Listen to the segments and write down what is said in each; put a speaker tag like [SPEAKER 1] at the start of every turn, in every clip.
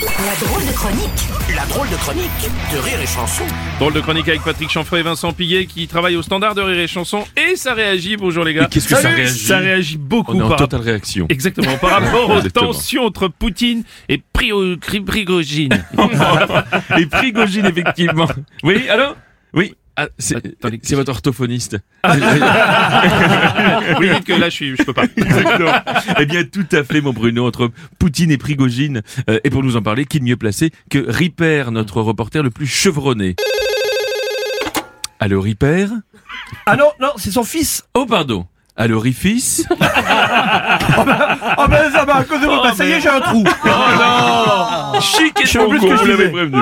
[SPEAKER 1] La drôle de chronique
[SPEAKER 2] La drôle de chronique de Rire et Chanson.
[SPEAKER 3] Drôle de chronique avec Patrick Chanfray et Vincent Piguet qui travaillent au standard de Rire et Chanson et ça réagit. Bonjour les gars.
[SPEAKER 4] Mais qu'est-ce que ça
[SPEAKER 3] Salut.
[SPEAKER 4] réagit
[SPEAKER 3] Ça réagit beaucoup
[SPEAKER 4] On est en
[SPEAKER 3] par
[SPEAKER 4] totale réaction.
[SPEAKER 3] Exactement, par rapport aux
[SPEAKER 4] Exactement.
[SPEAKER 3] tensions entre Poutine et Prio- Pri- Prigogine.
[SPEAKER 4] Et Prigogine, effectivement. Oui, allô Oui. Ah, c'est
[SPEAKER 3] Attendez.
[SPEAKER 4] c'est votre orthophoniste.
[SPEAKER 3] Vous dites que là je suis, je peux pas.
[SPEAKER 4] Exactement. Eh bien, tout à fait, mon Bruno, entre Poutine et Prigogine. Euh, et pour nous en parler, qui de mieux placé que Ripper, notre reporter le plus chevronné Allô, Ripper
[SPEAKER 5] Ah non, non, c'est son fils.
[SPEAKER 4] Oh, pardon. Allô, Rifis
[SPEAKER 5] Ah ben ça va, à cause de moi, bah, ça y est, j'ai un trou.
[SPEAKER 4] Ah. Chic et
[SPEAKER 5] savais plus ce que je
[SPEAKER 4] vous l'avez
[SPEAKER 5] disais.
[SPEAKER 4] prévenu.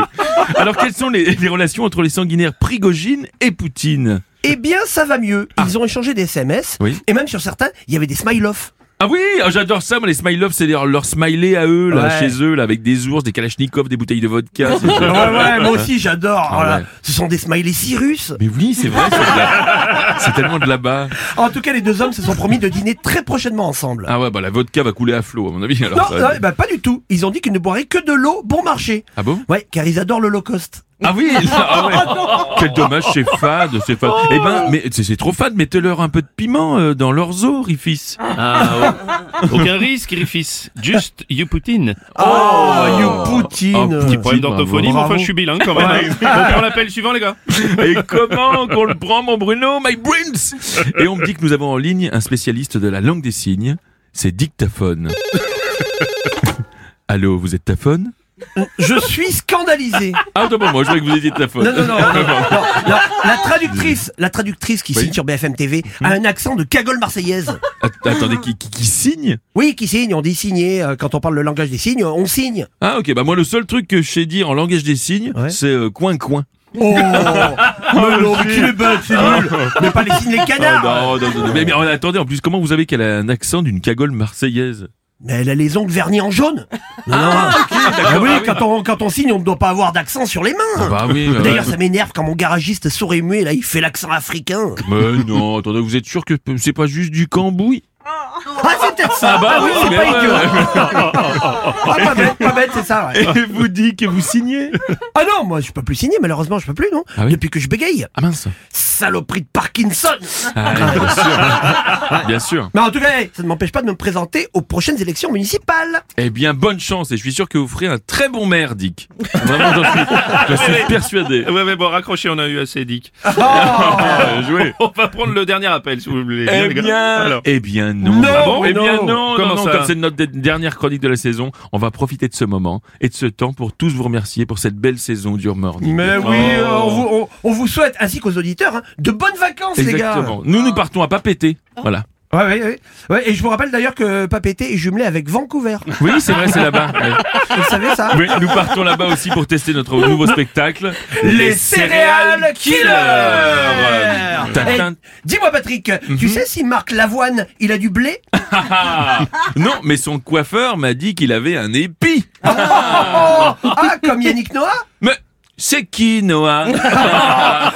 [SPEAKER 4] Alors, quelles sont les, les relations entre les sanguinaires Prigogine et Poutine
[SPEAKER 5] Eh bien, ça va mieux. Ils ont échangé des SMS.
[SPEAKER 4] Ah. Oui.
[SPEAKER 5] Et même sur certains, il y avait des smile-off.
[SPEAKER 4] Ah oui, ah, j'adore ça, moi, les smile love, c'est leur, leur smiley à eux, là,
[SPEAKER 5] Ouais.
[SPEAKER 4] chez eux, là, avec des ours, des kalachnikovs, des bouteilles de vodka. c'est
[SPEAKER 5] Ouais,
[SPEAKER 4] ça.
[SPEAKER 5] ouais, moi aussi, j'adore.
[SPEAKER 4] Ah
[SPEAKER 5] Voilà.
[SPEAKER 4] ouais.
[SPEAKER 5] Ce sont des smileys Cyrus.
[SPEAKER 4] Mais oui, c'est vrai, c'est, de la- c'est tellement de là-bas.
[SPEAKER 5] En tout cas, les deux hommes se sont promis de dîner très prochainement ensemble.
[SPEAKER 4] Ah ouais, bah la vodka va couler à flot, à mon avis. Ah, Alors,
[SPEAKER 5] Non,
[SPEAKER 4] ça va-
[SPEAKER 5] non, bah, pas du tout. Ils ont dit qu'ils ne boiraient que de l'eau bon marché.
[SPEAKER 4] Ah bon
[SPEAKER 5] Ouais, car ils adorent l'Holocauste.
[SPEAKER 4] Ah oui, là, ah ouais. Quel dommage, c'est fade, c'est fade. Eh ben, mais c'est, c'est trop fade, mettez-leur un peu de piment euh, dans leurs os, Rifis.
[SPEAKER 3] Aucun risque, Griffiths. Just you Poutine.
[SPEAKER 4] Ah,
[SPEAKER 5] Oh, you Poutine.
[SPEAKER 4] Oh, petit
[SPEAKER 3] Problème
[SPEAKER 4] Poutine,
[SPEAKER 3] d'orthophonie, mais
[SPEAKER 5] bravo.
[SPEAKER 3] enfin je suis bilingue quand même. hein. On prend l'appel suivant les gars.
[SPEAKER 4] Et comment qu'on le prend, mon Bruno, Oh, my brains Et on me dit que nous avons en ligne un spécialiste de la langue des signes, c'est Dictaphone. Allô, vous êtes taphone
[SPEAKER 5] Je suis scandalisé.
[SPEAKER 4] Ah non, bon, moi je croyais que vous étiez taphone.
[SPEAKER 5] Non, non, non, non, non, non. La traductrice, la traductrice qui
[SPEAKER 4] Oui. Hmm.
[SPEAKER 5] signe sur BFM TV a un accent de cagole marseillaise.
[SPEAKER 4] Att- Attendez, qui, qui, qui signe
[SPEAKER 5] Oui, qui signe, on dit signer. euh, Quand on parle le langage des signes, on signe.
[SPEAKER 4] Ah ok, bah moi le seul truc que je sais dire en langage des signes,
[SPEAKER 5] Ouais.
[SPEAKER 4] c'est euh, coin-coin.
[SPEAKER 5] Oh, mais non, mais qu'il est bête, c'est nul. Mais pas les signes, les
[SPEAKER 4] Ah,
[SPEAKER 5] canards.
[SPEAKER 4] non, non, non, non. Mais, mais, euh, attendez, en plus, comment vous savez qu'elle a un accent d'une cagole marseillaise
[SPEAKER 5] Mais elle a les ongles vernis en jaune. Non, non. Ah oui, quand on, quand on signe, on ne doit pas avoir d'accent sur les mains.
[SPEAKER 4] Bah oui, bah,
[SPEAKER 5] D'ailleurs,
[SPEAKER 4] ouais.
[SPEAKER 5] ça m'énerve quand mon garagiste sourit muet, là, il fait l'accent africain.
[SPEAKER 4] Mais non, attendez, vous êtes sûr que c'est pas juste du cambouis
[SPEAKER 5] Ah, c'est peut-être ça.
[SPEAKER 4] Ah bah
[SPEAKER 5] oui,
[SPEAKER 4] oui,
[SPEAKER 5] c'est
[SPEAKER 4] mais
[SPEAKER 5] pas
[SPEAKER 4] ouais,
[SPEAKER 5] idiot.
[SPEAKER 4] ouais.
[SPEAKER 5] Ah, pas bête, pas bête, c'est ça, ouais.
[SPEAKER 4] Et vous dites que vous signez
[SPEAKER 5] Ah non, moi, je peux plus signer, malheureusement, je peux plus, non?
[SPEAKER 4] Ah oui
[SPEAKER 5] Depuis que je bégaye.
[SPEAKER 4] Ah mince
[SPEAKER 5] Saloperie de Parkinson
[SPEAKER 4] Ah, Bien sûr, bien sûr.
[SPEAKER 5] Mais en tout cas, ça ne m'empêche pas de me présenter aux prochaines élections municipales
[SPEAKER 4] Eh bien, bonne chance, et je suis sûr que vous ferez un très bon maire, Dick. Vraiment, j'en suis, j'en suis persuadé.
[SPEAKER 3] Ouais ouais bon raccrochez, on a eu assez Dick.
[SPEAKER 4] Ah, jouez.
[SPEAKER 3] On va prendre le dernier appel si vous voulez.
[SPEAKER 4] Eh
[SPEAKER 3] les gars.
[SPEAKER 4] bien,
[SPEAKER 3] Alors.
[SPEAKER 4] eh bien non.
[SPEAKER 5] Non,
[SPEAKER 4] Ah bon
[SPEAKER 3] mais
[SPEAKER 4] eh bien
[SPEAKER 3] non.
[SPEAKER 4] non.
[SPEAKER 3] Oh, Comment
[SPEAKER 4] non, non,
[SPEAKER 3] ça
[SPEAKER 4] comme c'est notre de- dernière chronique de la saison, on va profiter de ce moment et de ce temps pour tous vous remercier pour cette belle saison du Mordi.
[SPEAKER 5] Mais oui,
[SPEAKER 3] Oh.
[SPEAKER 5] euh, on, vous, on- on vous souhaite, ainsi qu'aux auditeurs, hein, de bonnes vacances
[SPEAKER 4] Exactement. Nous, nous partons à pas péter.
[SPEAKER 5] Oh.
[SPEAKER 4] Voilà.
[SPEAKER 5] les gars ouais, ouais, ouais. Ouais, Et je vous rappelle d'ailleurs que Papété est jumelé avec Vancouver,
[SPEAKER 4] Oui, c'est vrai, c'est là-bas. Ouais.
[SPEAKER 5] vous savez ça
[SPEAKER 4] Oui, nous partons là-bas aussi pour tester notre nouveau spectacle.
[SPEAKER 5] Les céréales killers
[SPEAKER 4] Tintin.
[SPEAKER 5] Eh, Dis-moi Patrick,
[SPEAKER 4] Mhm.
[SPEAKER 5] tu sais si Marc Lavoine, il a du blé
[SPEAKER 4] Non, mais son coiffeur m'a dit qu'il avait un épi.
[SPEAKER 5] Ah, comme Yannick Noah
[SPEAKER 4] Mais c'est qui, Noah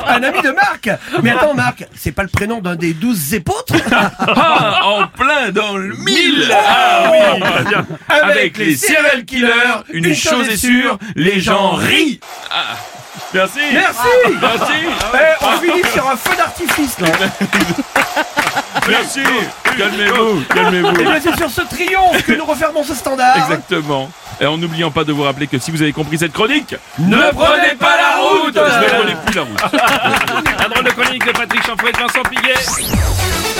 [SPEAKER 5] Un ami de Marc Mais attends Marc, c'est pas le prénom d'un des douze épôtres
[SPEAKER 4] Ah, en plein dans le mille Ah oui Avec les serial killers, une chose est sûre, les gens rient Ah, Merci
[SPEAKER 5] Merci
[SPEAKER 4] Merci
[SPEAKER 5] Eh, On finit sur un feu d'artifice là
[SPEAKER 4] Merci Calmez-vous,
[SPEAKER 5] Et
[SPEAKER 4] calmez-vous
[SPEAKER 5] bien c'est sur ce triomphe que nous refermons ce standard
[SPEAKER 4] Exactement. Et en n'oubliant pas de vous rappeler que si vous avez compris cette chronique, ne prenez pas la route Je ne prenez plus la route
[SPEAKER 3] La drôle de chronique de Patrick Chanfray et de Vincent Piguet.